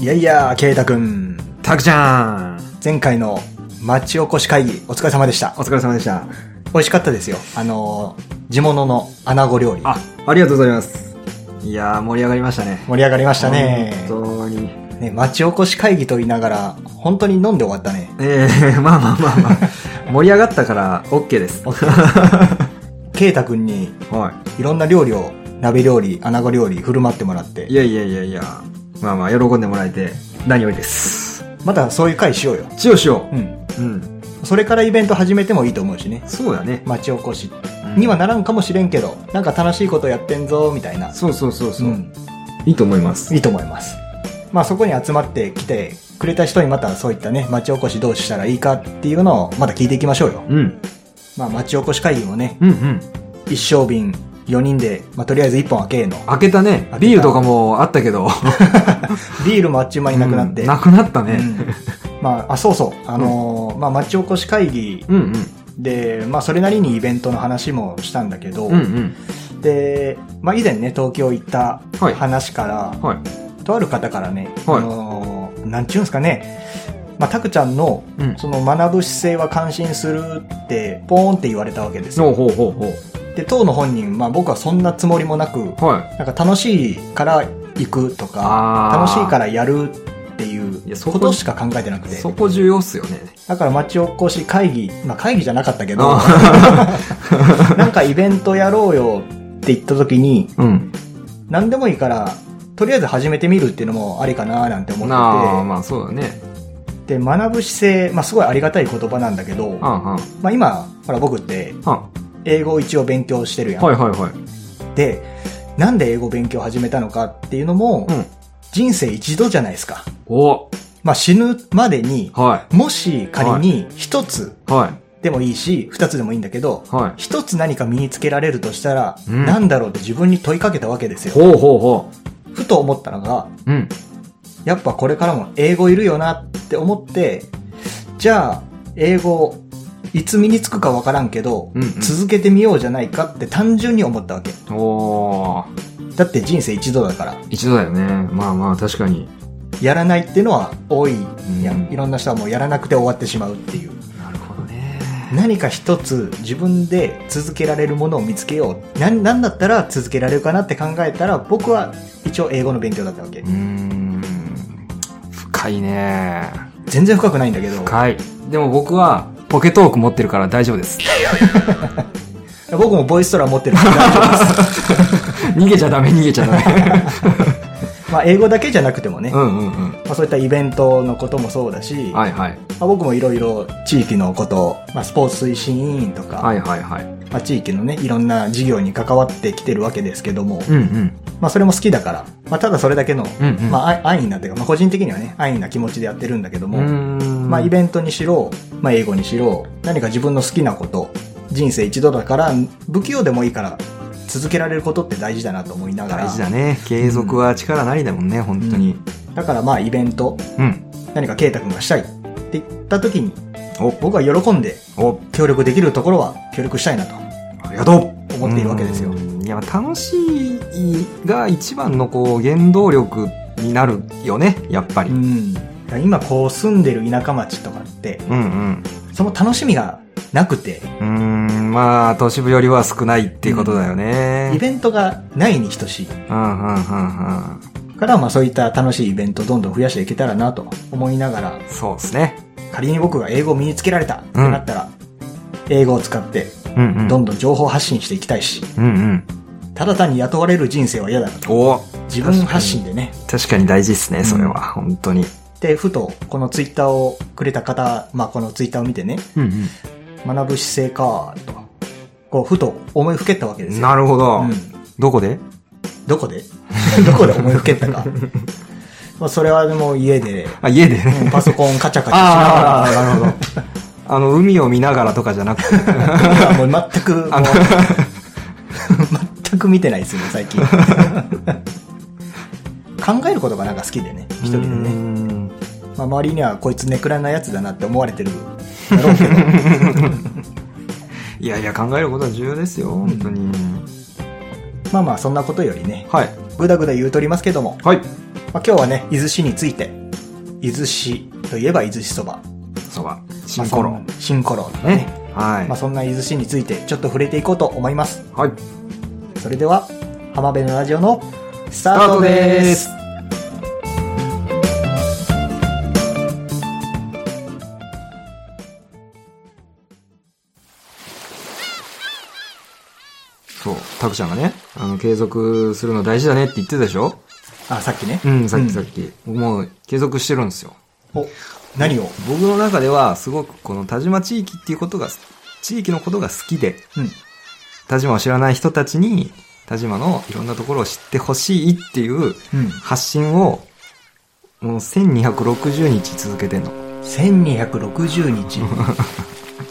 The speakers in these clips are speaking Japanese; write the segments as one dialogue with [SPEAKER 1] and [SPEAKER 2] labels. [SPEAKER 1] いやいや、ケイタくん。
[SPEAKER 2] たくちゃん
[SPEAKER 1] 前回の町おこし会議、お疲れ様でした
[SPEAKER 2] お。疲れ様でした。
[SPEAKER 1] 美味しかったですよ。あのー、地物の穴子料理。
[SPEAKER 2] あ、ありがとうございます。いやー、盛り上がりましたね。
[SPEAKER 1] 盛り上がりましたね。
[SPEAKER 2] 本当に。
[SPEAKER 1] ね、町おこし会議と言いながら、本当に飲んで終わったね。
[SPEAKER 2] ええ まあまあまあまあ。盛り上がったから、OK です。
[SPEAKER 1] ケイタくんに、
[SPEAKER 2] はい
[SPEAKER 1] ろんな料理を、鍋料理、穴子料理、振る舞ってもらっ
[SPEAKER 2] い。い
[SPEAKER 1] て。
[SPEAKER 2] やいやいやいや。まあまあ、喜んでもらえて、何よりです。
[SPEAKER 1] またそういう会しようよ。
[SPEAKER 2] しようしよ
[SPEAKER 1] うん。
[SPEAKER 2] う。うん。
[SPEAKER 1] それからイベント始めてもいいと思うしね。
[SPEAKER 2] そうだね。
[SPEAKER 1] 町おこし
[SPEAKER 2] うん
[SPEAKER 1] にはならんかもしれんけど、なんか楽しいことやってんぞ、みたいな。
[SPEAKER 2] そうそうそうそう、
[SPEAKER 1] うん
[SPEAKER 2] いいと思います。
[SPEAKER 1] いいと思います。まあそこに集まってきてくれた人にまたそういったね、町おこしどうしたらいいかっていうのをまた聞いていきましょうよ。
[SPEAKER 2] うん。
[SPEAKER 1] まあ町おこし会議もね、
[SPEAKER 2] うんうん。
[SPEAKER 1] 一升瓶4人で、まあとりあえず1本開けの。
[SPEAKER 2] 開けたね
[SPEAKER 1] た。
[SPEAKER 2] ビールとかもあったけど。
[SPEAKER 1] ビールもあっちゅう間になくなって。
[SPEAKER 2] うんなくなった
[SPEAKER 1] う
[SPEAKER 2] ね。
[SPEAKER 1] んまあ、あ、そうそう。あのーまあ町おこし会議
[SPEAKER 2] うんうん。
[SPEAKER 1] で、まあそれなりにイベントの話もしたんだけど、
[SPEAKER 2] うんうん。
[SPEAKER 1] で、まあ以前ね、東京行った
[SPEAKER 2] はい
[SPEAKER 1] 話から、
[SPEAKER 2] はい。
[SPEAKER 1] とある方からね、
[SPEAKER 2] はい
[SPEAKER 1] あのーなんちゅうんですかね、まあ、たくちゃんの
[SPEAKER 2] うん。
[SPEAKER 1] その学ぶ姿勢は感心するって、ポーンって言われたわけですよ。
[SPEAKER 2] ほうほうほうほ
[SPEAKER 1] で、当の本人、まあ僕はそんなつもりもなく、
[SPEAKER 2] う。はい。
[SPEAKER 1] なんか楽しいから行くとか、
[SPEAKER 2] あー
[SPEAKER 1] 楽しいからやるっていう
[SPEAKER 2] い
[SPEAKER 1] い
[SPEAKER 2] やそ
[SPEAKER 1] こ
[SPEAKER 2] こと
[SPEAKER 1] しか考えてなくて、
[SPEAKER 2] そこ重要っすよね。
[SPEAKER 1] だから町おこし会議、まあ会議じゃなかったけど、
[SPEAKER 2] あ
[SPEAKER 1] なんかイベントやろうよって言った時に、
[SPEAKER 2] うん。
[SPEAKER 1] 何でもいいから、とりあえず始めてみるっていうのもありかななんて思ってて、
[SPEAKER 2] なあ、まあそうだね。
[SPEAKER 1] で学ぶ姿勢、まあ、すごいありがたい言葉なんだけど、
[SPEAKER 2] あんはん。
[SPEAKER 1] まあ、今ほら僕って
[SPEAKER 2] は
[SPEAKER 1] 英語を一応勉強してるやん、
[SPEAKER 2] はいはいはい。
[SPEAKER 1] でなんで英語勉強を始めたのかっていうのも、
[SPEAKER 2] うん。
[SPEAKER 1] 人生一度じゃないですか、
[SPEAKER 2] お
[SPEAKER 1] まあ、死ぬまでに
[SPEAKER 2] は
[SPEAKER 1] もし仮に一つ
[SPEAKER 2] い。は
[SPEAKER 1] でもいいし二つでもいいんだけど
[SPEAKER 2] い。は
[SPEAKER 1] 一つ何か身につけられるとしたら、
[SPEAKER 2] うん
[SPEAKER 1] なんだろうって自分に問いかけたわけです
[SPEAKER 2] い。
[SPEAKER 1] よ
[SPEAKER 2] ほうほうほ
[SPEAKER 1] ふと思ったのが
[SPEAKER 2] う。うん。
[SPEAKER 1] やっぱこれからも英語いるよなって思って、じゃあ、英語、いつ身につくかわからんけど、
[SPEAKER 2] うんうん
[SPEAKER 1] 続けてみようじゃないかって単純に思ったわけ。
[SPEAKER 2] おー。
[SPEAKER 1] だって人生一度だから、
[SPEAKER 2] 一度だよね。まあまあ確かに。
[SPEAKER 1] やらないっていうのは多いやん。
[SPEAKER 2] うん
[SPEAKER 1] いろんな人はもうやらなくて終わってしまうっていう。
[SPEAKER 2] なるほどね。
[SPEAKER 1] 何か一つ自分で続けられるものを見つけよう。な、なんだったら続けられるかなって考えたら、僕は一応英語の勉強だったわけ
[SPEAKER 2] うー。ん。深いね。
[SPEAKER 1] 全然深くないんだけど、
[SPEAKER 2] 深い。でも僕は、ポケトーク持ってるから大丈夫です。
[SPEAKER 1] 僕もボイストラ持ってるから大丈 夫です
[SPEAKER 2] 逃げちゃダメ、逃げちゃダメ。
[SPEAKER 1] まあ、英語だけじゃなくてもね、
[SPEAKER 2] う
[SPEAKER 1] ま
[SPEAKER 2] んうんうん。
[SPEAKER 1] あ、そういったイベントのこともそうだし、
[SPEAKER 2] はいはい。
[SPEAKER 1] まあ、僕もいろいろ地域のこと、まあ、スポーツ推進委員とか、
[SPEAKER 2] はいはいはい。
[SPEAKER 1] まあ、地域のね、いろんな事業に関わってきてるわけですけども、
[SPEAKER 2] うんうん。
[SPEAKER 1] まあ、それも好きだから、まあ、ただそれだけの、
[SPEAKER 2] うんうん。
[SPEAKER 1] まあ、あ安易なというか、まあ、個人的にはね、安易な気持ちでやってるんだけど
[SPEAKER 2] う
[SPEAKER 1] も、
[SPEAKER 2] ーん。
[SPEAKER 1] まあ、イベントにしろ、まあ、英語にしろ、何か自分の好きなこと、人生一度だから、不器用でもいいから、続けられることって大事だなと思いながら、
[SPEAKER 2] 大事だね。継続は力なりだもんね、本当に。
[SPEAKER 1] だからまあ、イベント、
[SPEAKER 2] うん。
[SPEAKER 1] 何か圭太君がしたいって言った時に
[SPEAKER 2] お
[SPEAKER 1] 僕は喜んで
[SPEAKER 2] お、
[SPEAKER 1] 協力できるところは協力したいなと
[SPEAKER 2] ありがとう
[SPEAKER 1] 思っているわけですよ
[SPEAKER 2] うんいや、楽しいが一番のこう、原動力になるよね、やっぱり。
[SPEAKER 1] う
[SPEAKER 2] うん
[SPEAKER 1] んだから今こう住んでる田舎町とかって
[SPEAKER 2] うん。
[SPEAKER 1] その楽しみがなくて
[SPEAKER 2] うーん、まあ、都市部よりは少ないっていうことだよね。
[SPEAKER 1] イベントがないに等しい
[SPEAKER 2] うんうんうんうん。
[SPEAKER 1] からまあそういった楽しいイベントをどんどん増やしていけたらなと思いながら
[SPEAKER 2] そうですね。
[SPEAKER 1] 仮に僕が英語を身につけられたってなったら、英語を使って
[SPEAKER 2] うんうん。
[SPEAKER 1] どんどん情報発信していきたいし
[SPEAKER 2] うんうん。
[SPEAKER 1] ただ単に雇われる人生は嫌だなと
[SPEAKER 2] お
[SPEAKER 1] 自分発信でね
[SPEAKER 2] 確かに大事ですね、それは。本当に。
[SPEAKER 1] で、ふと、このツイッターをくれた方、まあ、このツイッターを見てね、
[SPEAKER 2] うん
[SPEAKER 1] 学ぶ姿勢か、と、こう、ふと思いふけったわけですよ。
[SPEAKER 2] なるほど。
[SPEAKER 1] うん。
[SPEAKER 2] どこで
[SPEAKER 1] どこで どこで思いふけった か。まあ、それはでも家で、
[SPEAKER 2] あ、家でね。
[SPEAKER 1] パソコンカチャカチャし
[SPEAKER 2] ああ、
[SPEAKER 1] なが
[SPEAKER 2] なる ほど。あの、海を見ながらとかじゃなくて。
[SPEAKER 1] ら、もう全く、もう
[SPEAKER 2] あの
[SPEAKER 1] 全く見てないですね、最近。 考えることがなんか好きでね、一人で
[SPEAKER 2] う
[SPEAKER 1] ね。
[SPEAKER 2] ん
[SPEAKER 1] まあ、周りにはこいつネクラなやつだなって思われてるだろうけど、
[SPEAKER 2] いやいや、考えることは重要ですよ、本当に。
[SPEAKER 1] まあまあ、そんなことよりね、
[SPEAKER 2] はい。
[SPEAKER 1] ぐだぐだ言うとりますけども、
[SPEAKER 2] はい。
[SPEAKER 1] まあ、今日はね、伊豆市について、伊豆市といえば伊豆市そば。
[SPEAKER 2] そば、シ
[SPEAKER 1] まあ
[SPEAKER 2] ンコロ。。
[SPEAKER 1] シンコロ。
[SPEAKER 2] ね
[SPEAKER 1] ね。。
[SPEAKER 2] はい
[SPEAKER 1] まあ、。そんな伊豆市についてちょっと触れていこうと思います。
[SPEAKER 2] はい。
[SPEAKER 1] それでは、浜辺のラジオのスタートです。
[SPEAKER 2] そう、タクちゃんがね、あの、継続するの大事だねって言ってたでしょ
[SPEAKER 1] あ、さっきね。
[SPEAKER 2] うん、さっきさっき。僕もう継続してるんですよ。
[SPEAKER 1] お、何を
[SPEAKER 2] 僕の中では、すごくこの田島地域っていうことが、地域のことが好きで、
[SPEAKER 1] うん。
[SPEAKER 2] 田島を知らない人たちに、田島のいろんなところを知ってほしいっていう
[SPEAKER 1] うん。
[SPEAKER 2] 発信を、もう1260日続けてんの。
[SPEAKER 1] 1260日。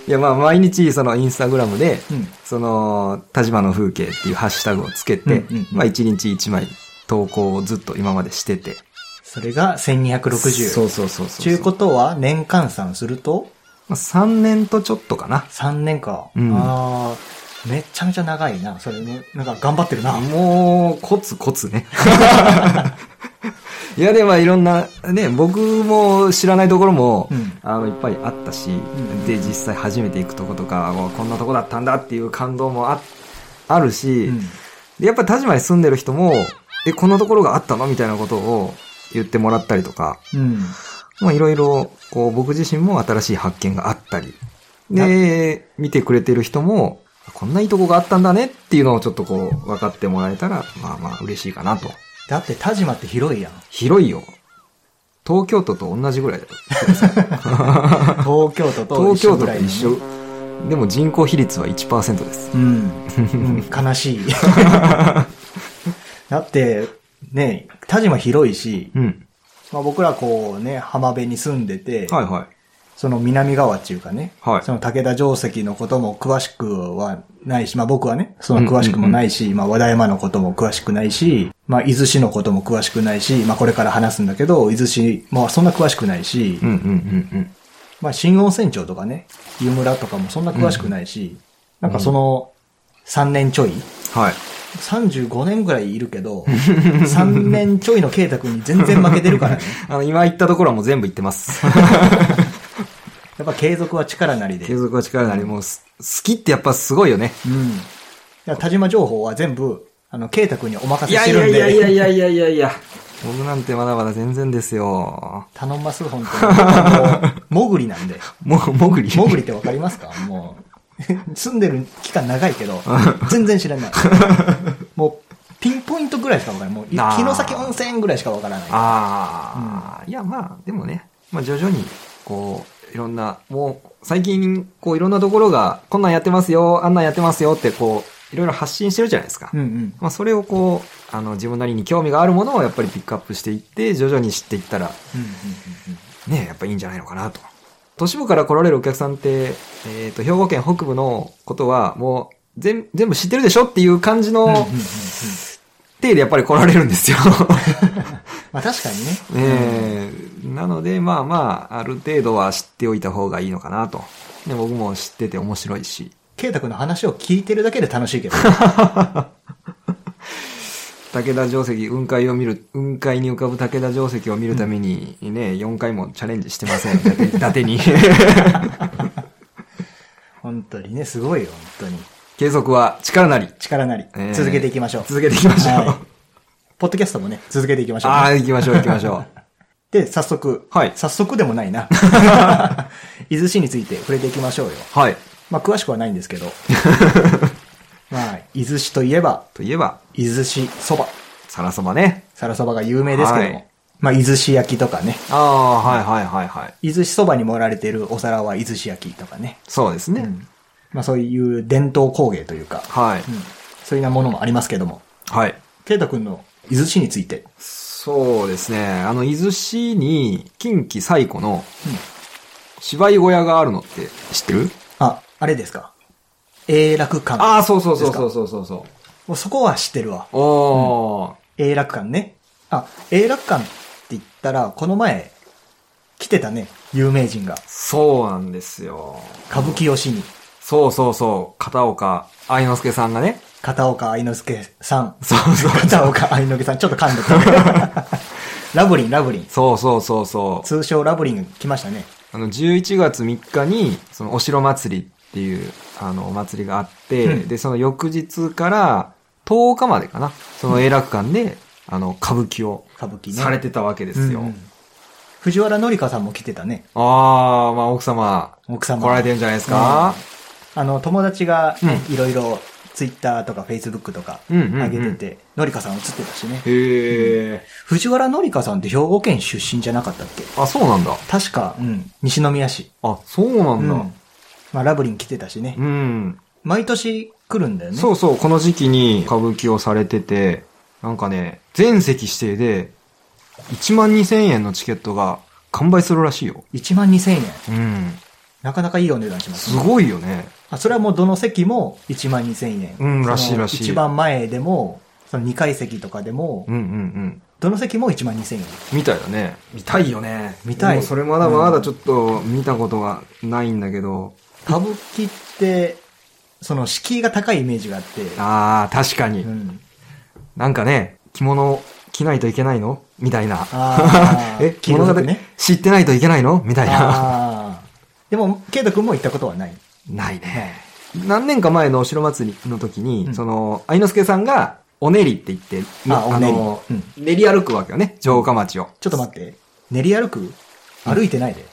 [SPEAKER 2] いや、まあ、毎日、そのインスタグラムで、
[SPEAKER 1] うん。
[SPEAKER 2] その、田島の風景っていうハッシュタグをつけて、
[SPEAKER 1] うんうんうん
[SPEAKER 2] まあ、1日1枚投稿をずっと今までしてて。
[SPEAKER 1] それが1260。
[SPEAKER 2] そうそうそうそう。
[SPEAKER 1] ちゅうことは、年換算すると、
[SPEAKER 2] まあ、3年とちょっとかな。
[SPEAKER 1] 3年か。
[SPEAKER 2] うん
[SPEAKER 1] ああ、めっちゃめちゃ長いな。それね、なんか頑張ってるな。
[SPEAKER 2] もう、コツコツね。 いや、でもいろんな、ね、僕も知らないところも、
[SPEAKER 1] うん
[SPEAKER 2] あの、いっぱいあったし、
[SPEAKER 1] ん
[SPEAKER 2] で、実際初めて行くとことか、もうこんなとこだったんだっていう感動もあ、あるし、
[SPEAKER 1] うん。
[SPEAKER 2] でやっぱ田島に住んでる人も、え、こんなところがあったのみたいなことを言ってもらったりとか、
[SPEAKER 1] うん。
[SPEAKER 2] まあいろいろ、こう僕自身も新しい発見があったり、で、見てくれてる人も、こんないいとこがあったんだねっていうのをちょっとこう分かってもらえたら、まあまあ嬉しいかなと。
[SPEAKER 1] だって田島って広 いやん。
[SPEAKER 2] 広いよ。東京都と同じぐらいだよ。
[SPEAKER 1] 東京都と
[SPEAKER 2] 東
[SPEAKER 1] 一緒
[SPEAKER 2] 京都
[SPEAKER 1] ぐら
[SPEAKER 2] と
[SPEAKER 1] いのね、
[SPEAKER 2] 一緒。でも人口比率は1%です。
[SPEAKER 1] うん。うん、悲 しい。だって、ね、田島広いし、
[SPEAKER 2] うん。
[SPEAKER 1] まあ、僕らこうね、浜辺に住んでて、
[SPEAKER 2] はいはい。
[SPEAKER 1] その南側っていうかね、
[SPEAKER 2] はい
[SPEAKER 1] その武田定石のことも詳しくはないし、まあ僕はね、その詳しくもないし、まあ和田山のことも詳しくないし、まあ伊豆市のことも詳しくないし、まあこれから話すんだけど、伊豆市もそんな詳しくないし、
[SPEAKER 2] うんうんうんうん。
[SPEAKER 1] まあ新温泉町とかね、湯村とかもそんな詳しくないし、なんかその3年ちょい、
[SPEAKER 2] はい。
[SPEAKER 1] 35年ぐらいいるけ ど、3年ちょいの慶太君に全然負けてるからね。
[SPEAKER 2] あの、今言ったところはもう全部言ってます。
[SPEAKER 1] やっぱ継続は力なりで。
[SPEAKER 2] 継続は力なり、もうす、好きってやっぱすごいよね。
[SPEAKER 1] うん。だから田島情報は全部、あの、ケイタ君にお任
[SPEAKER 2] い
[SPEAKER 1] せ
[SPEAKER 2] や
[SPEAKER 1] して
[SPEAKER 2] い
[SPEAKER 1] る
[SPEAKER 2] や
[SPEAKER 1] んで。
[SPEAKER 2] いやいやいやいやいやいや。僕なんてまだまだ全然ですよ。
[SPEAKER 1] 頼んます、本当に。あの、もぐり なんで。
[SPEAKER 2] も、もぐり。
[SPEAKER 1] もぐりってわかりますかもう。 住んでる期間長いけ ど、全然知らない。もう、ピンポイントぐらいしかわからない。もう、い
[SPEAKER 2] あー
[SPEAKER 1] 城崎温泉ぐらいしかわからない。
[SPEAKER 2] ああ、いやまあ、でもね、まあ徐々に、こう、いろんな、もう、最近、こういろんなところが、こんなんやってますよ、あんなんやってますよって、こう、いろいろ発信してるじゃないですか。
[SPEAKER 1] うんうん。
[SPEAKER 2] まあそれをこう、あの、自分なりに興味があるものをやっぱりピックアップしていって、徐々に知っていったら、
[SPEAKER 1] うんうん
[SPEAKER 2] ね、やっぱいいんじゃないのかなと。都市部から来られるお客さんって、えっ、と、兵庫県北部のことは、もう、全、全部知ってるでしょっていう感じ
[SPEAKER 1] うんうんうんうん
[SPEAKER 2] の
[SPEAKER 1] うんうん
[SPEAKER 2] 手でやっぱり来られるん ですよ。
[SPEAKER 1] まあ確かにね。
[SPEAKER 2] ねえなので、まあまあ、ある程度は知っておいた方がいいのかなと。ね、僕も知ってて面白いし。
[SPEAKER 1] ケイタ君の話を聞いてるだけで楽しいけ ど。
[SPEAKER 2] 武田定石、雲海を見る、雲海に浮かぶ武田定石を見るために、ね、4回もチャレンジしてません。伊達伊 達に。
[SPEAKER 1] 本当にね、すごいよ、本当に。
[SPEAKER 2] 継続は力なり。
[SPEAKER 1] 力なり
[SPEAKER 2] えー、
[SPEAKER 1] 続けていきましょう。
[SPEAKER 2] 続けていきましょう。
[SPEAKER 1] はいポッドキャストもね、続けていきましょうね、
[SPEAKER 2] ああ、行きましょう、行きましょう。
[SPEAKER 1] で、早速。
[SPEAKER 2] はい
[SPEAKER 1] 早速でもない な。伊豆市について触れていきましょうよ。
[SPEAKER 2] はい。
[SPEAKER 1] まあ、詳しくはないんですけ ど。まあ、伊豆市といえば、
[SPEAKER 2] といえば、
[SPEAKER 1] 伊豆市そば。
[SPEAKER 2] サラそばね。
[SPEAKER 1] サラそばが有名ですけども。
[SPEAKER 2] はい
[SPEAKER 1] まあ、伊豆市焼きとかね。
[SPEAKER 2] ああ、はいはいはいはい。
[SPEAKER 1] 伊豆市そばに盛られているお皿は伊豆市焼きとかね。
[SPEAKER 2] そうですね。
[SPEAKER 1] まあ、そういう伝統工芸というか、
[SPEAKER 2] はい、
[SPEAKER 1] うん、そういうようなものもありますけども。
[SPEAKER 2] はい。
[SPEAKER 1] ケイタ君の伊豆市について。
[SPEAKER 2] そうですね。あの、伊豆市に近畿最古の芝居小屋があるのって知ってる
[SPEAKER 1] あ、あれですか。永楽館。
[SPEAKER 2] ああ、そうそうそう
[SPEAKER 1] ですか
[SPEAKER 2] そうそうそうそう。
[SPEAKER 1] もうそこは知ってるわ。
[SPEAKER 2] おー。
[SPEAKER 1] 永楽館ね。あ、永楽館って言ったら、この前、来てたね、有名人が。
[SPEAKER 2] そうなんですよ。
[SPEAKER 1] 歌舞伎吉に、
[SPEAKER 2] そうそうそう。片岡愛之助さんがね。
[SPEAKER 1] 片岡愛之助さん。
[SPEAKER 2] そうそう
[SPEAKER 1] 片岡愛之助さん、ちょっと噛んでたね。ラブリン、ラブリン。
[SPEAKER 2] そうそうそうそう。
[SPEAKER 1] 通称ラブリンが来ましたね。
[SPEAKER 2] あの、11月3日に、その、お城祭りっていう、あの、お祭りがあって、
[SPEAKER 1] うん
[SPEAKER 2] で、その翌日から、10日までかな、その、永楽館で、あの、歌舞伎を
[SPEAKER 1] 歌舞伎ね。
[SPEAKER 2] されてたわけですよ。
[SPEAKER 1] うんうん藤原紀香さんも来てたね。
[SPEAKER 2] ああ、まあ、奥様、
[SPEAKER 1] 奥
[SPEAKER 2] 来ら
[SPEAKER 1] 様
[SPEAKER 2] れ。てるんじゃないですか、
[SPEAKER 1] あの、友達がね、
[SPEAKER 2] う
[SPEAKER 1] いろいろ、ツイッターとかフェイスブックとか、
[SPEAKER 2] うん、うん、
[SPEAKER 1] 上げてて、紀香さん映ってたしね
[SPEAKER 2] うん。。へえ、
[SPEAKER 1] 藤原紀香さんって兵庫県出身じゃなかったっけ
[SPEAKER 2] あ、そうなんだ。
[SPEAKER 1] 確か、うん、西宮市。
[SPEAKER 2] あ、そうなんだ。
[SPEAKER 1] うんまあ、ラブリン来てたしね。
[SPEAKER 2] うん
[SPEAKER 1] 毎年来るんだよね。
[SPEAKER 2] そうそう、この時期に歌舞伎をされてて、なんかね、全席指定で、1万2000円のチケットが完売するらしいよ。
[SPEAKER 1] 1万2000円。
[SPEAKER 2] うん。
[SPEAKER 1] なかなかいいお値段します
[SPEAKER 2] す
[SPEAKER 1] ね。
[SPEAKER 2] ごいよね。
[SPEAKER 1] あそれはもうどの席も1万2000円。
[SPEAKER 2] うんらしい
[SPEAKER 1] その
[SPEAKER 2] らしい
[SPEAKER 1] 一番前でも、その2階席とかでも、
[SPEAKER 2] うんうんうん。
[SPEAKER 1] どの席も1万2000円。
[SPEAKER 2] みたいだね。見たいよね。
[SPEAKER 1] 見たい
[SPEAKER 2] もうそれまだま
[SPEAKER 1] う
[SPEAKER 2] だ
[SPEAKER 1] ん
[SPEAKER 2] ちょっと見たことがないんだけど。
[SPEAKER 1] 歌舞伎って、その敷居が高いイメージがあって、
[SPEAKER 2] ああ、確かに
[SPEAKER 1] う。ん。
[SPEAKER 2] なんかね、着物着ないといけないのみたいな。
[SPEAKER 1] あー
[SPEAKER 2] え、着
[SPEAKER 1] 着
[SPEAKER 2] 物
[SPEAKER 1] る
[SPEAKER 2] が
[SPEAKER 1] 服ね
[SPEAKER 2] 知ってないといけないのみたいな。
[SPEAKER 1] ああ。でも、ケイト君も行ったことはない。
[SPEAKER 2] ないね。何年か前のお城祭りの時に、
[SPEAKER 1] うん
[SPEAKER 2] その、愛之助さんが、お練りって言って、
[SPEAKER 1] あお練り
[SPEAKER 2] の
[SPEAKER 1] うん
[SPEAKER 2] 練り歩くわけよね、城下町を。
[SPEAKER 1] ちょっと待って。練り歩く歩いてないで。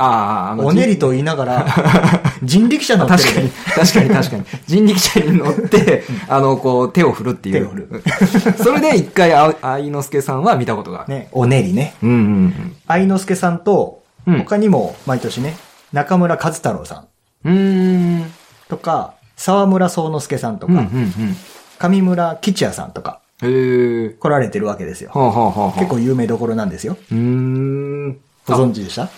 [SPEAKER 2] ああ、あの
[SPEAKER 1] おねりと言いなが ら、人力車乗って
[SPEAKER 2] 確
[SPEAKER 1] る
[SPEAKER 2] かに
[SPEAKER 1] ね。、
[SPEAKER 2] 確かに、確かに。人力車に乗って、あの、こう、手を振るっていう。
[SPEAKER 1] 手を振る
[SPEAKER 2] それで一回、あ愛之助さんは見たことがある。
[SPEAKER 1] ね、おねりね。
[SPEAKER 2] うんうん
[SPEAKER 1] 愛之助さんと、
[SPEAKER 2] うん
[SPEAKER 1] 他にも毎年ね、中村和太郎さん
[SPEAKER 2] うん。うーん。
[SPEAKER 1] とか、沢村宗之助さんと
[SPEAKER 2] うんうんう
[SPEAKER 1] か、
[SPEAKER 2] ん。
[SPEAKER 1] 上村吉也さんとか
[SPEAKER 2] へえ。
[SPEAKER 1] 来られてるわけですよ。
[SPEAKER 2] はあ、はあはあはあ、
[SPEAKER 1] 結構有名どころなんですよ。
[SPEAKER 2] うーん。
[SPEAKER 1] ご存知でした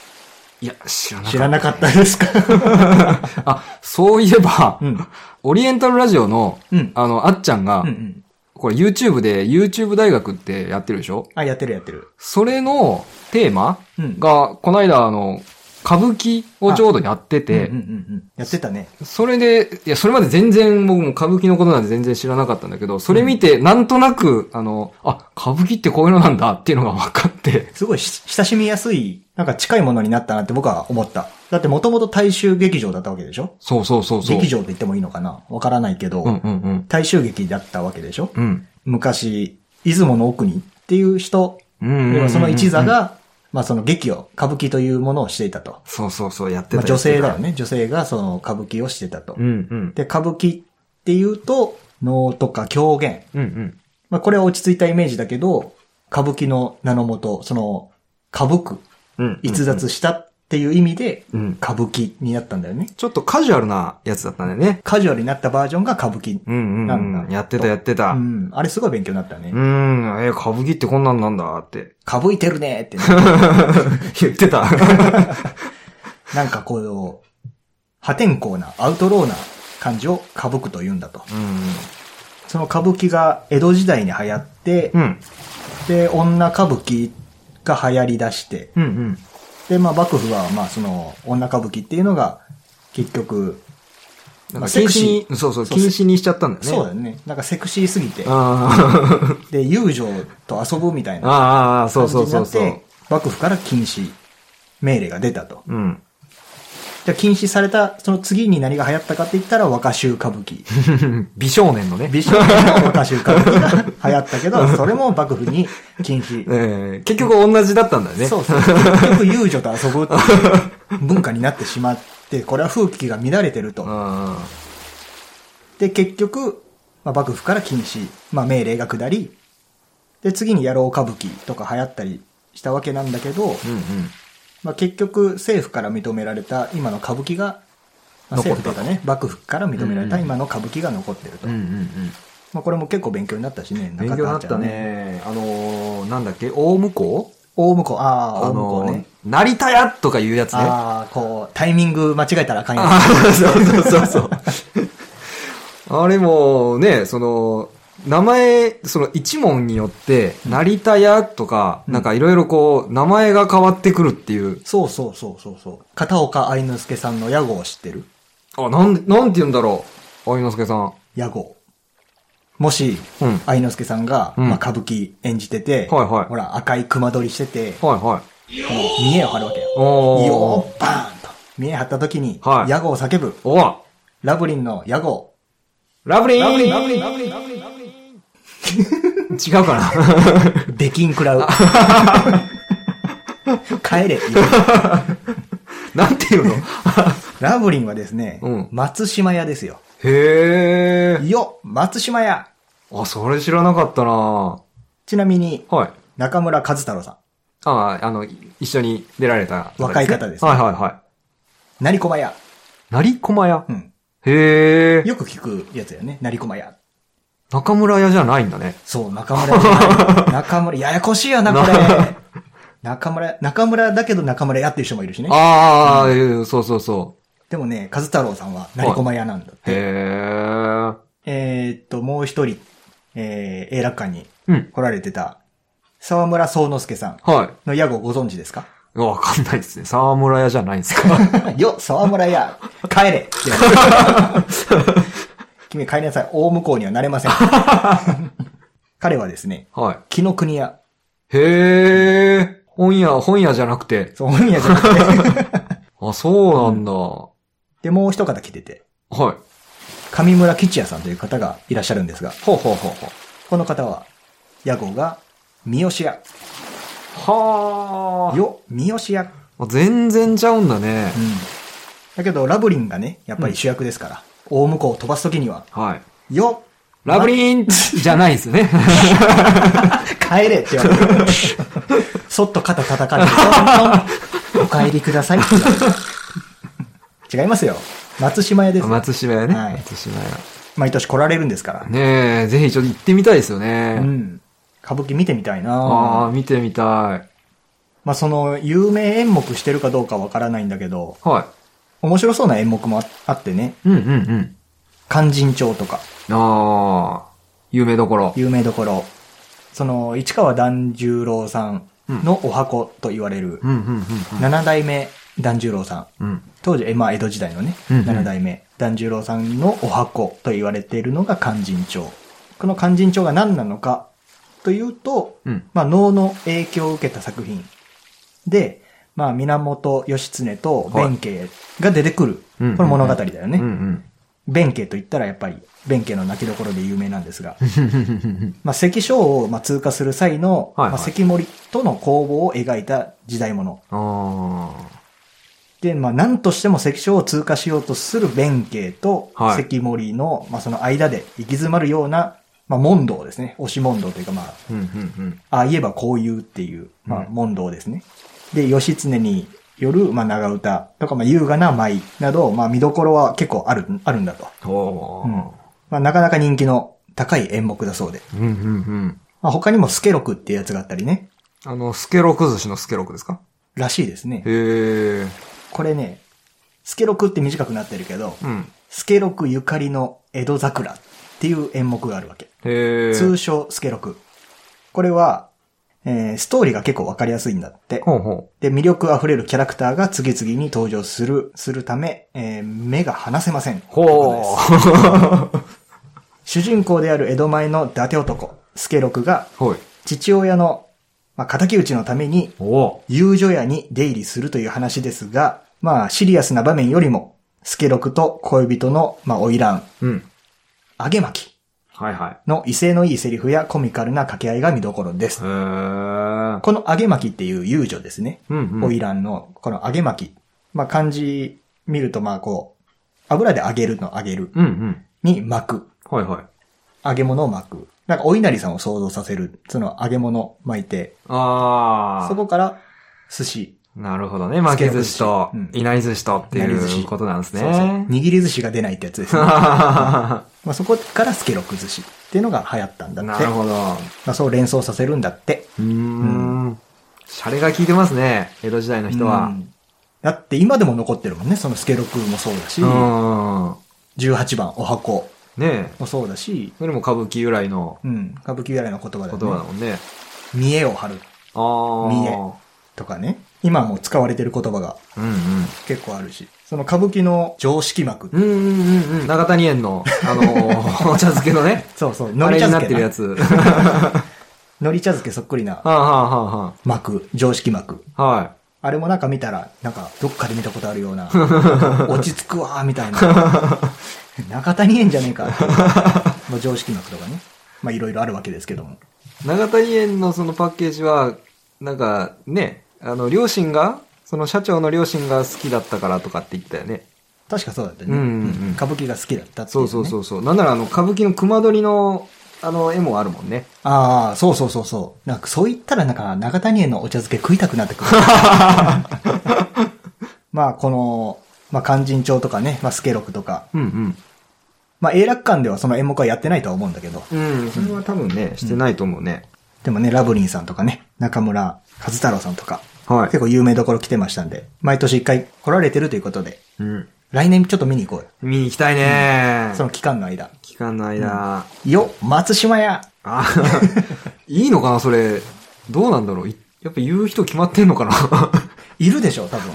[SPEAKER 2] いや、知らなかった。
[SPEAKER 1] 知らなかったです か
[SPEAKER 2] あ、そういえば、
[SPEAKER 1] うん
[SPEAKER 2] オリエンタルラジオの、
[SPEAKER 1] うん
[SPEAKER 2] あの、あっちゃんが、
[SPEAKER 1] うんうん。
[SPEAKER 2] これ YouTube で YouTube 大学ってやってるでしょ
[SPEAKER 1] あ、やってるやってる。
[SPEAKER 2] それのテーマ
[SPEAKER 1] うん
[SPEAKER 2] が、この間、あの、歌舞伎をちょうどやってて、
[SPEAKER 1] うんうんうんうん、やってたね。
[SPEAKER 2] それで、いや、それまで全然僕も歌舞伎のことなんて全然知らなかったんだけど、それ見て、なんとなく、あの、あ、歌舞伎ってこういうのなんだっていうのが分かって、
[SPEAKER 1] すごいし親しみやすい、なんか近いものになったなって僕は思った。だってもともと大衆劇場だったわけでしょ
[SPEAKER 2] そうそうそうそう。
[SPEAKER 1] 劇場と言ってもいいのかなわからないけど、
[SPEAKER 2] うんうんうん。
[SPEAKER 1] 大衆劇だったわけでしょ
[SPEAKER 2] うん。
[SPEAKER 1] 昔、出雲の奥にっていう人、
[SPEAKER 2] うんうんうんうん
[SPEAKER 1] 要はその一座が、まあその劇を、歌舞伎というものをしていたと。
[SPEAKER 2] そうそうそう、やってた、
[SPEAKER 1] まあ、女性だよ
[SPEAKER 2] ね。
[SPEAKER 1] ね。女性がその歌舞伎をしてたと
[SPEAKER 2] う。んうん。
[SPEAKER 1] で、歌舞伎っていうと、能とか狂言。
[SPEAKER 2] うんうん。
[SPEAKER 1] まあこれは落ち着いたイメージだけど、歌舞伎の名のもと、その、歌舞伎、
[SPEAKER 2] うん
[SPEAKER 1] 逸脱したっていう意味で、
[SPEAKER 2] うん
[SPEAKER 1] 歌舞伎になったんだよね。
[SPEAKER 2] ちょっとカジュアルなやつだったんだよね。
[SPEAKER 1] カジュアルになったバージョンが歌舞伎。
[SPEAKER 2] うんう
[SPEAKER 1] なん
[SPEAKER 2] ん、う
[SPEAKER 1] だ
[SPEAKER 2] ん。やってたやってた。
[SPEAKER 1] う
[SPEAKER 2] うん、
[SPEAKER 1] ん。あれすごい勉強になったね。
[SPEAKER 2] えー、歌舞伎ってこんなんなんだって。
[SPEAKER 1] 歌舞いてるねってね、
[SPEAKER 2] 言ってた。
[SPEAKER 1] なんかこう、破天荒な、アウトローな感じを歌舞伎と言うんだと。
[SPEAKER 2] う
[SPEAKER 1] その歌舞伎が江戸時代に流行って、
[SPEAKER 2] ん。うん。
[SPEAKER 1] で、女歌舞伎が流行り出して、
[SPEAKER 2] うんうん。
[SPEAKER 1] で、まあ幕府は、まあその、女歌舞伎っていうのが、結局、
[SPEAKER 2] なんか禁止に、そうそう、禁止にしちゃったんだよね。
[SPEAKER 1] そうだよね。なんかセクシーすぎて、
[SPEAKER 2] あ
[SPEAKER 1] で、遊女と遊ぶみたい
[SPEAKER 2] あ、
[SPEAKER 1] な
[SPEAKER 2] ああ、そ
[SPEAKER 1] 感
[SPEAKER 2] う
[SPEAKER 1] じ
[SPEAKER 2] そう
[SPEAKER 1] に
[SPEAKER 2] そ
[SPEAKER 1] な
[SPEAKER 2] う
[SPEAKER 1] っ
[SPEAKER 2] そう。
[SPEAKER 1] て、幕府から禁止命令が出たと。
[SPEAKER 2] うん。
[SPEAKER 1] じゃあ禁止された、その次に何が流行ったかって言ったら、若衆歌舞伎。
[SPEAKER 2] 美少年のね。
[SPEAKER 1] 美少年の若衆歌舞伎が流行ったけど、それも幕府に禁止。
[SPEAKER 2] えー結局同じだったんだよね。
[SPEAKER 1] そうそう。結局遊女と遊ぶ っていう文化になってしまって、これは風紀が乱れてると。
[SPEAKER 2] あ
[SPEAKER 1] で、結局、まあ、幕府から禁止、まあ、命令が下り、で、次に野郎歌舞伎とか流行ったりしたわけなんだけど、
[SPEAKER 2] ーうんうん。
[SPEAKER 1] まあ、結局政府から認められた今の歌舞伎が、まあ、
[SPEAKER 2] 残
[SPEAKER 1] 政
[SPEAKER 2] った
[SPEAKER 1] 府
[SPEAKER 2] と
[SPEAKER 1] というかね、幕府から認められ
[SPEAKER 2] う
[SPEAKER 1] た
[SPEAKER 2] んうん
[SPEAKER 1] 今の歌舞伎が残ってると。
[SPEAKER 2] うんうんうん。
[SPEAKER 1] まあ、これも結構勉強になったしね、
[SPEAKER 2] 勉強になっ
[SPEAKER 1] 中田
[SPEAKER 2] た
[SPEAKER 1] あんちゃん。
[SPEAKER 2] ね。あのー、なんだっけ、大向こう
[SPEAKER 1] 大向こう、ああ、
[SPEAKER 2] あ
[SPEAKER 1] 大向こ
[SPEAKER 2] の
[SPEAKER 1] う
[SPEAKER 2] ー、
[SPEAKER 1] ね。
[SPEAKER 2] 成田屋とかいうやつね。
[SPEAKER 1] ああ、こう、タイミング間違えたらあかんや
[SPEAKER 2] あーそうそうそうそう。あれもね、その、名前、その一問によって、成田屋とか、
[SPEAKER 1] うん
[SPEAKER 2] なんかいろいろこう、名前が変わってくるっていう。
[SPEAKER 1] そうそうそうそうそう。片岡愛之助さんの屋号を知ってる
[SPEAKER 2] あ、なん、なんて言うんだろう。愛之助さん。
[SPEAKER 1] 屋号。もし、
[SPEAKER 2] うん
[SPEAKER 1] 愛之助さんが、
[SPEAKER 2] うん
[SPEAKER 1] まあ、歌舞伎演じてて、
[SPEAKER 2] はいはい
[SPEAKER 1] ほら、赤い熊取りしてて、こ
[SPEAKER 2] はいは
[SPEAKER 1] う見栄を張るわけよ。
[SPEAKER 2] い。おー。
[SPEAKER 1] よー、バーンと。見栄張った時に、
[SPEAKER 2] はい
[SPEAKER 1] ヤゴを叫ぶ。
[SPEAKER 2] おー
[SPEAKER 1] ラブリンのヤゴ。
[SPEAKER 2] ラブリン
[SPEAKER 1] ラブリン
[SPEAKER 2] 違うかな
[SPEAKER 1] できん食ら う。帰れ。
[SPEAKER 2] なん ていうの
[SPEAKER 1] ラブリンはですね、
[SPEAKER 2] うん
[SPEAKER 1] 松島屋ですよ。
[SPEAKER 2] へー。
[SPEAKER 1] よ、松島屋。
[SPEAKER 2] あ、それ知らなかったな
[SPEAKER 1] ちなみに、
[SPEAKER 2] はい。
[SPEAKER 1] 中村和太郎さん。
[SPEAKER 2] ああ、あの、い一緒に出られた、
[SPEAKER 1] 若い方です
[SPEAKER 2] はいはいは
[SPEAKER 1] 成駒屋。
[SPEAKER 2] い。なりこま屋
[SPEAKER 1] うん。
[SPEAKER 2] へえ。
[SPEAKER 1] よく聞くやつだよね。成駒屋。
[SPEAKER 2] 中村屋じゃないんだね。
[SPEAKER 1] そう、中村 屋。中村、ややこしいよな、これ。中村、中村だけど中村屋っていう人もいるしね。
[SPEAKER 2] ああ、えーそうそうそ
[SPEAKER 1] でもね、和太郎さんは成駒屋なんだっ
[SPEAKER 2] う。へ
[SPEAKER 1] て。
[SPEAKER 2] え。
[SPEAKER 1] えーっと、もう一人、えー、永楽館に
[SPEAKER 2] うん。
[SPEAKER 1] 来られてた、沢村宗之助さん
[SPEAKER 2] は
[SPEAKER 1] の屋号ご存知ですか
[SPEAKER 2] い。わかんないですね。沢村屋じゃないんですか。
[SPEAKER 1] よ、沢村屋、帰れっ て君帰りなさい。大向こうにはなれませ ん。彼はですね、
[SPEAKER 2] は
[SPEAKER 1] 木の国屋。
[SPEAKER 2] い。へえ。本屋、本屋じゃなくて。
[SPEAKER 1] そう、本屋じゃなく て。
[SPEAKER 2] あ、そうなんだ。
[SPEAKER 1] で、もう一方来てて、
[SPEAKER 2] はい。
[SPEAKER 1] 上村吉也さんという方がいらっしゃるんですが、
[SPEAKER 2] ほうほうほうほう。
[SPEAKER 1] この方は、屋号が、三好屋。
[SPEAKER 2] はあ。
[SPEAKER 1] よ、三好屋。
[SPEAKER 2] あ全然ちゃうんだね
[SPEAKER 1] う。ん。だけど、ラブリンがね、やっぱり主役ですから、大向こうを飛ばすときには、
[SPEAKER 2] はい。
[SPEAKER 1] よ、
[SPEAKER 2] ラブリンじゃな いですね。
[SPEAKER 1] 帰れって言われ て。そっと肩叩かれて、トントンお帰りくださいって言わ れて違いますよ。松島屋です。
[SPEAKER 2] 松島屋ね。
[SPEAKER 1] はい
[SPEAKER 2] 松島屋。
[SPEAKER 1] 毎年来られるんですから。
[SPEAKER 2] ねえ、ぜひちょっと行ってみたいですよね。
[SPEAKER 1] うん。歌舞伎見てみたい
[SPEAKER 2] ああ、
[SPEAKER 1] な
[SPEAKER 2] 見てみたい。
[SPEAKER 1] まあその、有名演目してるかどうかわからないんだけど、
[SPEAKER 2] は
[SPEAKER 1] 面白そうな演目もああってね、
[SPEAKER 2] い。うんうんうん。
[SPEAKER 1] 勧進帳とか、
[SPEAKER 2] ああ、有名どころ。
[SPEAKER 1] 有名どころ、その、市川團十郎さんのお箱と言われる
[SPEAKER 2] う、んうんうん
[SPEAKER 1] 七代目團十郎さん
[SPEAKER 2] うん。うん。
[SPEAKER 1] 当時、えまあ、江戸時代のね、
[SPEAKER 2] うんうん
[SPEAKER 1] 七代目、團十郎さんのお箱と言われているのが勧進帳。この勧進帳が何なのかというと、
[SPEAKER 2] うん。
[SPEAKER 1] まあ、能の影響を受けた作品で、まあ、源義経と弁慶が出てくる、
[SPEAKER 2] はい
[SPEAKER 1] この物語だよね。
[SPEAKER 2] うんうん。
[SPEAKER 1] 弁慶と言ったらやっぱり、弁慶の泣きどころで有名なんですが、まあ、関所をまあ通過する際の、
[SPEAKER 2] はいはい
[SPEAKER 1] まあ、関森との攻防を描いた時代物
[SPEAKER 2] ああ。
[SPEAKER 1] で、まあ、なんとしても関所を通過しようとする弁慶と
[SPEAKER 2] はい
[SPEAKER 1] 関森の、まあ、その間で行き詰まるような、まあ、問答ですね。押し問答というか、まあ、
[SPEAKER 2] うんうん
[SPEAKER 1] ああ言えばこう言うっていう、まあ、
[SPEAKER 2] うん
[SPEAKER 1] 問答ですね。で、義経による、まあ、長唄とか、まあ、優雅な舞など、まあ、見どころは結構ある、あるんだと。
[SPEAKER 2] うん。おー。
[SPEAKER 1] まあ、なかなか人気の高い演目だそうで。
[SPEAKER 2] うんうんうん。
[SPEAKER 1] まあ、他にもスケロクっていうやつがあったりね。
[SPEAKER 2] あの、スケロク寿司のスケロクですから
[SPEAKER 1] しいですね。
[SPEAKER 2] へえ。
[SPEAKER 1] これね、スケロクって短くなってるけど、
[SPEAKER 2] うん。
[SPEAKER 1] スケロクゆかりの江戸桜っていう演目があるわけ。
[SPEAKER 2] へえ。
[SPEAKER 1] 通称スケロク。これは、えーストーリーが結構わかりやすいんだって。
[SPEAKER 2] ほうほ
[SPEAKER 1] で、魅力あふれるキャラクターが次々に登場する、するため、えー目が離せません。
[SPEAKER 2] う。
[SPEAKER 1] ということです
[SPEAKER 2] ほ
[SPEAKER 1] 主人公である江戸前の伊達男、スケロクが、
[SPEAKER 2] う。はい。
[SPEAKER 1] 父親の、まあ、敵討ちのために、
[SPEAKER 2] おお
[SPEAKER 1] 遊女屋に出入りするという話ですが、まあ、シリアスな場面よりも、スケロクと恋人の、まあ、花魁、
[SPEAKER 2] ー。うん。
[SPEAKER 1] あげまき
[SPEAKER 2] はいは
[SPEAKER 1] の威勢のいいセリフやコミカルな掛け合いが見どころです
[SPEAKER 2] い。へ。え。
[SPEAKER 1] この揚げ巻きっていう遊女ですね。
[SPEAKER 2] うんうん。
[SPEAKER 1] 花魁のこの揚げ巻き。まあ、漢字見るとまあこう、油で揚げるの揚げる
[SPEAKER 2] うんうん。
[SPEAKER 1] に巻く。
[SPEAKER 2] はいはい。
[SPEAKER 1] 揚げ物を巻く。なんかお稲荷さんを想像させる。その揚げ物を巻いて、
[SPEAKER 2] ああ。
[SPEAKER 1] そこから寿司。
[SPEAKER 2] なるほどね。巻き寿司と
[SPEAKER 1] つけ寿司う、ん
[SPEAKER 2] いなり寿司とって
[SPEAKER 1] いなり寿
[SPEAKER 2] い
[SPEAKER 1] 司
[SPEAKER 2] うことなんですね。
[SPEAKER 1] そう そう握り寿司が出ないってやつですね。まあそこからスケロク寿司っていうのが流行ったんだって。
[SPEAKER 2] なるほど。う
[SPEAKER 1] まあそう連想させるんだって。
[SPEAKER 2] ーん。シャレが効いてますね。江戸時代の人
[SPEAKER 1] う
[SPEAKER 2] は。
[SPEAKER 1] んだって今でも残ってるもんね。そのスケロクもそうだし、
[SPEAKER 2] うん。
[SPEAKER 1] 18番お箱
[SPEAKER 2] ねえ。
[SPEAKER 1] もそうだし、
[SPEAKER 2] それも歌舞伎由来の
[SPEAKER 1] うん。歌舞伎由来の言葉だ
[SPEAKER 2] 言
[SPEAKER 1] よ
[SPEAKER 2] 葉だ
[SPEAKER 1] ね。
[SPEAKER 2] もんね。
[SPEAKER 1] 見栄を張る
[SPEAKER 2] ああ。
[SPEAKER 1] 見栄とかね。今も使われてる言葉が
[SPEAKER 2] うんうん。
[SPEAKER 1] 結構あるし、その歌舞伎の常識幕。
[SPEAKER 2] うんうんうんうん。長谷園の、あのー お茶漬けのね。
[SPEAKER 1] そうそう、
[SPEAKER 2] あ
[SPEAKER 1] のり
[SPEAKER 2] れ
[SPEAKER 1] 茶
[SPEAKER 2] になっ
[SPEAKER 1] 漬
[SPEAKER 2] て
[SPEAKER 1] け
[SPEAKER 2] る
[SPEAKER 1] な
[SPEAKER 2] や。つ。は
[SPEAKER 1] のり茶漬けそっくりな
[SPEAKER 2] あ、はあは
[SPEAKER 1] 幕、常識幕。
[SPEAKER 2] あはあ、は
[SPEAKER 1] あれもなんか見たら、なんかどっかで見たことあるよう な、落ち着くわーみたいな。中谷園じゃねえかっていう。まあ常識幕とかね。まあいろいろあるわけですけども。
[SPEAKER 2] い。長谷園のそのパッケージは、なんかね、あの、両親が、その社長の両親が好きだったからとかって言ったよね。
[SPEAKER 1] 確かそうだったね。
[SPEAKER 2] うんうんうん
[SPEAKER 1] 歌舞伎が好きだったっていう、
[SPEAKER 2] そう
[SPEAKER 1] ね。
[SPEAKER 2] そうそうそう。なんならあの、歌舞伎の熊取の、あの、絵もあるもんね。
[SPEAKER 1] ああ、そうそうそうそう。なんかそう言ったらなんか長谷園のお茶漬け食いたくなってくる。まあこの、まあ勧進帳とかね、まあスケロクとか。
[SPEAKER 2] うん
[SPEAKER 1] まあ永楽館ではその演目はやってないとは思うんだけど。
[SPEAKER 2] うん。うん、それは多分ね、してないと思うね。
[SPEAKER 1] でもね、ラブリンさんとかね、中村和太郎さんとか。
[SPEAKER 2] は
[SPEAKER 1] 結
[SPEAKER 2] い。
[SPEAKER 1] 構有名どころ来てましたんで、毎年一回来られてるということで、
[SPEAKER 2] うん。
[SPEAKER 1] 来年ちょっと見に行こうよ。
[SPEAKER 2] 見に行きたいね、
[SPEAKER 1] その期間の間。
[SPEAKER 2] 期間の間。
[SPEAKER 1] よ、松島屋
[SPEAKER 2] あ いいのかなそれ。どうなんだろういやっぱ言う人決まってんのかな
[SPEAKER 1] いるでしょ、多分。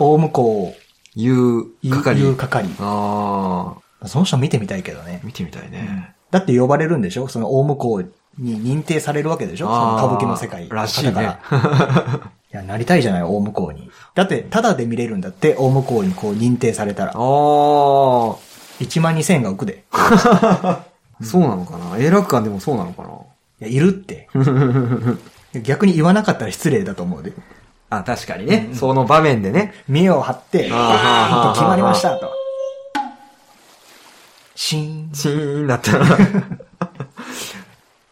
[SPEAKER 1] 大向こ
[SPEAKER 2] 言う
[SPEAKER 1] う、
[SPEAKER 2] 係。
[SPEAKER 1] 言う係。
[SPEAKER 2] あ
[SPEAKER 1] その人見てみたいけどね
[SPEAKER 2] あ、。見てみたい
[SPEAKER 1] うん
[SPEAKER 2] ね。
[SPEAKER 1] だって呼ばれるんでしょその大向こうに認定されるわけでしょその
[SPEAKER 2] あ
[SPEAKER 1] 歌
[SPEAKER 2] ー
[SPEAKER 1] 舞伎の世界
[SPEAKER 2] らしいね
[SPEAKER 1] だから。いや、なりたいじゃない、大向こうに。だって、ただで見れるんだって、大向こうにこう認定されたら
[SPEAKER 2] ああ、、そ
[SPEAKER 1] 1万2000円が浮くで。
[SPEAKER 2] うなのかな永楽館でもそうなのかない
[SPEAKER 1] や、いるって。逆に言わなかったら失礼だと思うで。
[SPEAKER 2] あ、確かにね。その場面でね。
[SPEAKER 1] 目を張って、
[SPEAKER 2] あー
[SPEAKER 1] バーンと決まりましたと。シーン。
[SPEAKER 2] チーンだった ら。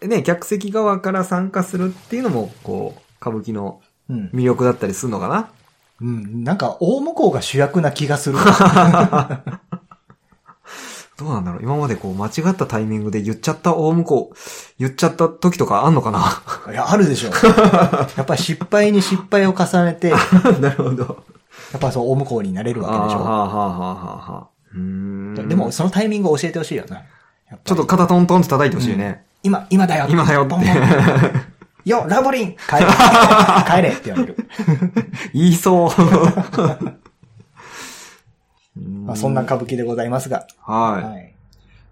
[SPEAKER 2] ね、客席側から参加するっていうのも、こう、歌舞伎の
[SPEAKER 1] うん。
[SPEAKER 2] 魅力だったりするのかな
[SPEAKER 1] うん。なんか、大向こうが主役な気がす る。
[SPEAKER 2] どうなんだろう今までこう間違ったタイミングで言っちゃった大向こう、言っちゃった時とかあんのかな
[SPEAKER 1] いや、あるでしょ。やっぱり失敗に失敗を重ねて、や
[SPEAKER 2] なるほど。
[SPEAKER 1] っぱそう大向こうになれる
[SPEAKER 2] あー
[SPEAKER 1] わ
[SPEAKER 2] は
[SPEAKER 1] け
[SPEAKER 2] あ
[SPEAKER 1] でし
[SPEAKER 2] は
[SPEAKER 1] ょ。
[SPEAKER 2] あはあはあはあうーん。
[SPEAKER 1] でも、、そのタイミングを教えてほしいよな。やぱり
[SPEAKER 2] ちょっと、肩トントンって叩いてほしいね。
[SPEAKER 1] 今、今だよ。
[SPEAKER 2] 今だよ
[SPEAKER 1] ボンボン
[SPEAKER 2] って。
[SPEAKER 1] よ、ラボリン帰れ帰れって言われる。
[SPEAKER 2] 言いそう。
[SPEAKER 1] ま あ、そんな歌舞伎でございますが。
[SPEAKER 2] はい。
[SPEAKER 1] はい。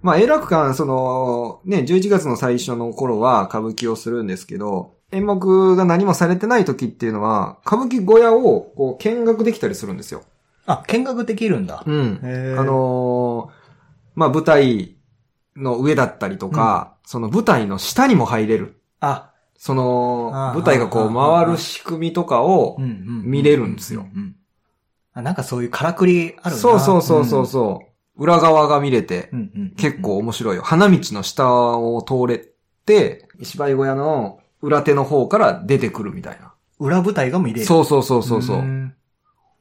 [SPEAKER 2] まあ、永楽館、その、ね、11月の最初の頃は歌舞伎をするんですけど、演目が何もされてない時っていうのは、歌舞伎小屋をこう見学できたりするんですよ。
[SPEAKER 1] あ、見学できるんだ。
[SPEAKER 2] うん。
[SPEAKER 1] へー
[SPEAKER 2] あのーまあ、舞台の上だったりとか、その舞台の下にも入れる。
[SPEAKER 1] あ、
[SPEAKER 2] その
[SPEAKER 1] あ、ー
[SPEAKER 2] 舞台がこ
[SPEAKER 1] あ
[SPEAKER 2] う
[SPEAKER 1] ー
[SPEAKER 2] 回る仕組みとかを、見
[SPEAKER 1] 見
[SPEAKER 2] れるんですよ。
[SPEAKER 1] うんうんあなんかそういうからくりあるな
[SPEAKER 2] そうそうそうそうそう、裏側が見れて、
[SPEAKER 1] うんうんうんうん
[SPEAKER 2] 結構面白いよ。花道の下を通れて、芝居小屋の裏手の方から出てくるみたいな。
[SPEAKER 1] 裏舞台が見れる。
[SPEAKER 2] そうそうそうそうそう。
[SPEAKER 1] ん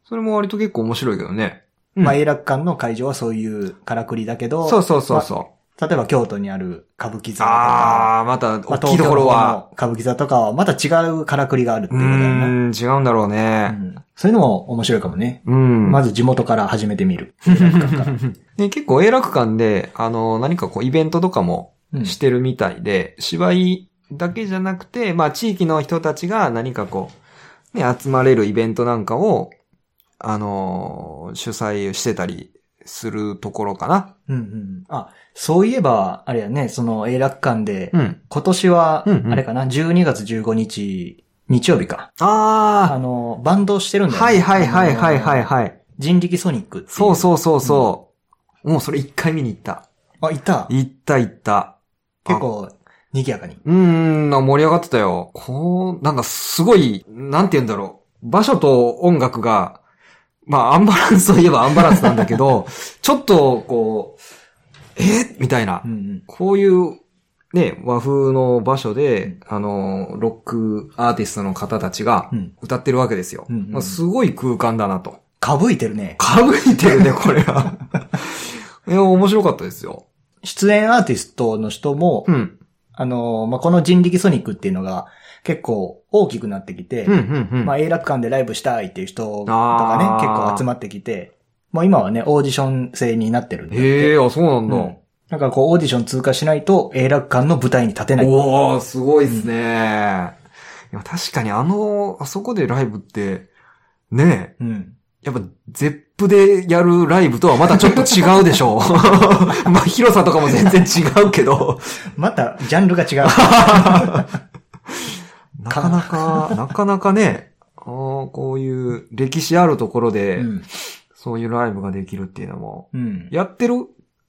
[SPEAKER 2] それも割と結構面白いけどね。うん
[SPEAKER 1] まあ、永楽館の会場はそういうからくりだけど、
[SPEAKER 2] そうそうそうそう。
[SPEAKER 1] 例えば京都にある歌舞伎座とか、
[SPEAKER 2] ああー、また
[SPEAKER 1] まあ
[SPEAKER 2] 大きいところ
[SPEAKER 1] 東
[SPEAKER 2] は。。
[SPEAKER 1] 京の歌舞伎座とかはまた違うからくりがあるって
[SPEAKER 2] う
[SPEAKER 1] いうことだよね。
[SPEAKER 2] ーん、違うんだろう
[SPEAKER 1] う
[SPEAKER 2] ね。
[SPEAKER 1] んそういうのも面白いかもね。
[SPEAKER 2] うん。
[SPEAKER 1] まず地元から始めてみる。
[SPEAKER 2] ね、結構永楽館で、あの、何かこうイベントとかも
[SPEAKER 1] うん
[SPEAKER 2] してるみたいで、芝居だけじゃなくて、まあ地域の人たちが何かこう、ね、集まれるイベントなんかを、あのー主催してたりするところかな。
[SPEAKER 1] うんうんあ、そういえば、あれやね、その永楽館で、
[SPEAKER 2] うん。
[SPEAKER 1] 今年は
[SPEAKER 2] うんう、ん
[SPEAKER 1] あれかな、12月15日、日曜日か。あ
[SPEAKER 2] あ
[SPEAKER 1] の、バンドしてるん
[SPEAKER 2] あ
[SPEAKER 1] だよ、
[SPEAKER 2] は
[SPEAKER 1] ね。
[SPEAKER 2] いはいはいはいはい
[SPEAKER 1] い。
[SPEAKER 2] はい。
[SPEAKER 1] 人力ソニックっていう。
[SPEAKER 2] そうそうそうそう。もうそれ一回見に行った。
[SPEAKER 1] う。あ、行った。
[SPEAKER 2] 行った行った。
[SPEAKER 1] 結構、賑やかに。
[SPEAKER 2] うーん、盛り上がってたよ。こう、なんかすごい、なんて言うんだろう。場所と音楽が、まあアンバランスといえばアンバランスなんだけど、 ちょっとこう、えみたいな
[SPEAKER 1] う。んうん。
[SPEAKER 2] こういう、ね、和風の場所で、あの、ロックアーティストの方たちが
[SPEAKER 1] うん
[SPEAKER 2] 歌ってるわけですよ。
[SPEAKER 1] うんうん
[SPEAKER 2] まあすごい空間だなと。
[SPEAKER 1] かぶいてるね。
[SPEAKER 2] かぶいてるね、これ は。いや、面白かったですよ。
[SPEAKER 1] 出演アーティストの人も、
[SPEAKER 2] うん。
[SPEAKER 1] あの、まあ、この人力ソニックっていうのが結構大きくなってきて、
[SPEAKER 2] うん、うん、うん。
[SPEAKER 1] まあ、永楽館でライブしたいっていう人とかね
[SPEAKER 2] あ、ー
[SPEAKER 1] 結構集まってきて、もう今はね、オーディション制になってるんだって
[SPEAKER 2] へえ、あ、そうなんだ。
[SPEAKER 1] うんだからこう、オーディション通過しないと永楽館の舞台に立てない。
[SPEAKER 2] おー、すごいですね。いや確かにあの、あそこでライブって、ねえ。
[SPEAKER 1] うん。
[SPEAKER 2] やっぱ、ゼップでやるライブとはまたちょっと違うでしょ う。まあ、広さとかも全然違うけど、
[SPEAKER 1] また、ジャンルが違う。
[SPEAKER 2] なかなか、なかなかね、あーこういう歴史あるところで、
[SPEAKER 1] うん。
[SPEAKER 2] そういうライブができるっていうのも、
[SPEAKER 1] うん。
[SPEAKER 2] やってる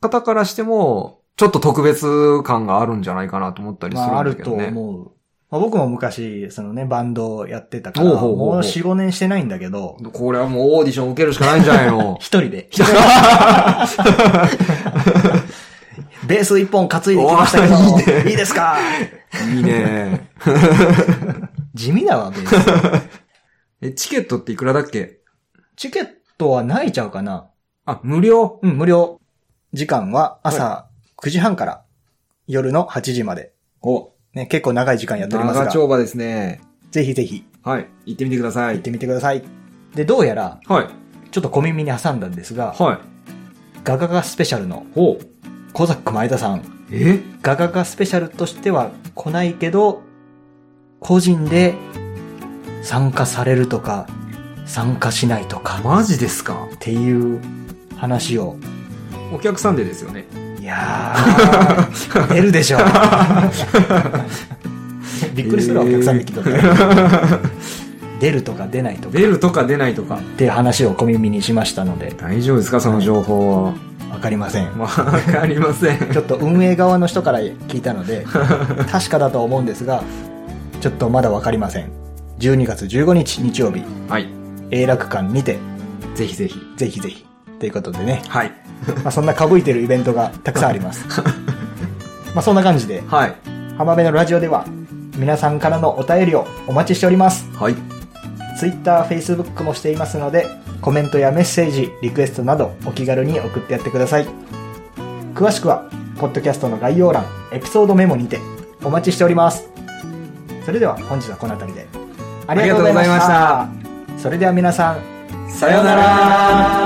[SPEAKER 2] 方からしても、ちょっと特別感があるんじゃないかなと思ったりす
[SPEAKER 1] まあ、あ
[SPEAKER 2] る
[SPEAKER 1] る
[SPEAKER 2] んですけ
[SPEAKER 1] と
[SPEAKER 2] どね。
[SPEAKER 1] 思う。まあ、僕も昔、そのね、バンドをやってたから、
[SPEAKER 2] ほうほうほうほう
[SPEAKER 1] もう4、5年してないんだけど、
[SPEAKER 2] これはもうオーディション受けるしかないんじゃない の
[SPEAKER 1] 一人で、 ベース一本担いできましたけど、
[SPEAKER 2] おーいいね
[SPEAKER 1] いいですか
[SPEAKER 2] いいね。
[SPEAKER 1] 地味だわ、ベース。
[SPEAKER 2] え、チケットっていくらだっけ
[SPEAKER 1] チケットはないちゃうかな
[SPEAKER 2] あ、無料
[SPEAKER 1] うん、無料。時間は朝9時半から夜の8時まで。
[SPEAKER 2] お、
[SPEAKER 1] ね、結構長い時間やっております
[SPEAKER 2] 長
[SPEAKER 1] が、
[SPEAKER 2] 丁場ですね。
[SPEAKER 1] ぜひぜひ
[SPEAKER 2] はい。行ってみてくださ
[SPEAKER 1] 行っ
[SPEAKER 2] い。
[SPEAKER 1] てみてください。で、どうやら、
[SPEAKER 2] はい。
[SPEAKER 1] ちょっと小耳に挟んだんですが、
[SPEAKER 2] は
[SPEAKER 1] ガガガスペシャルの
[SPEAKER 2] い。ほう。
[SPEAKER 1] 小ザック前田さん、
[SPEAKER 2] え
[SPEAKER 1] ガガガスペシャルとしては来ないけど、個人で参加されるとか、参加しないとか、
[SPEAKER 2] マジですか
[SPEAKER 1] っていう話を、
[SPEAKER 2] お客さんでですよね。
[SPEAKER 1] いやー、 出るで しょう。びっくりするわ、お客さんで聞いたら出るとか出ないとか
[SPEAKER 2] 出るとか出ないとか。
[SPEAKER 1] っていう話を小耳にしましたので、
[SPEAKER 2] 大丈夫ですかその情報は。
[SPEAKER 1] わかりません。
[SPEAKER 2] わかりません。
[SPEAKER 1] ちょっと運営側の人から聞いたので、確かだと思うんですが、ちょっとまだわかりません。12月15日日曜日、
[SPEAKER 2] はい。
[SPEAKER 1] 永楽館にて、
[SPEAKER 2] ぜひぜひ。
[SPEAKER 1] ぜひぜひ。ということでね、
[SPEAKER 2] はい。
[SPEAKER 1] まあ、そんなかぶいてるイベントがたくさんあります。まあそんな感じで、
[SPEAKER 2] はい。
[SPEAKER 1] 浜辺のラジオでは、皆さんからのお便りをお待ちしております。
[SPEAKER 2] はい。
[SPEAKER 1] Twitter、Facebook もしていますので、コメントやメッセージ、リクエストなどお気軽に送ってやってください。詳しくは、ポッドキャストの概要欄、エピソードメモにてお待ちしております。それでは本日はこの辺りで。ありがとうございました。
[SPEAKER 2] ありがとう
[SPEAKER 1] それでは皆さん、
[SPEAKER 2] さようなら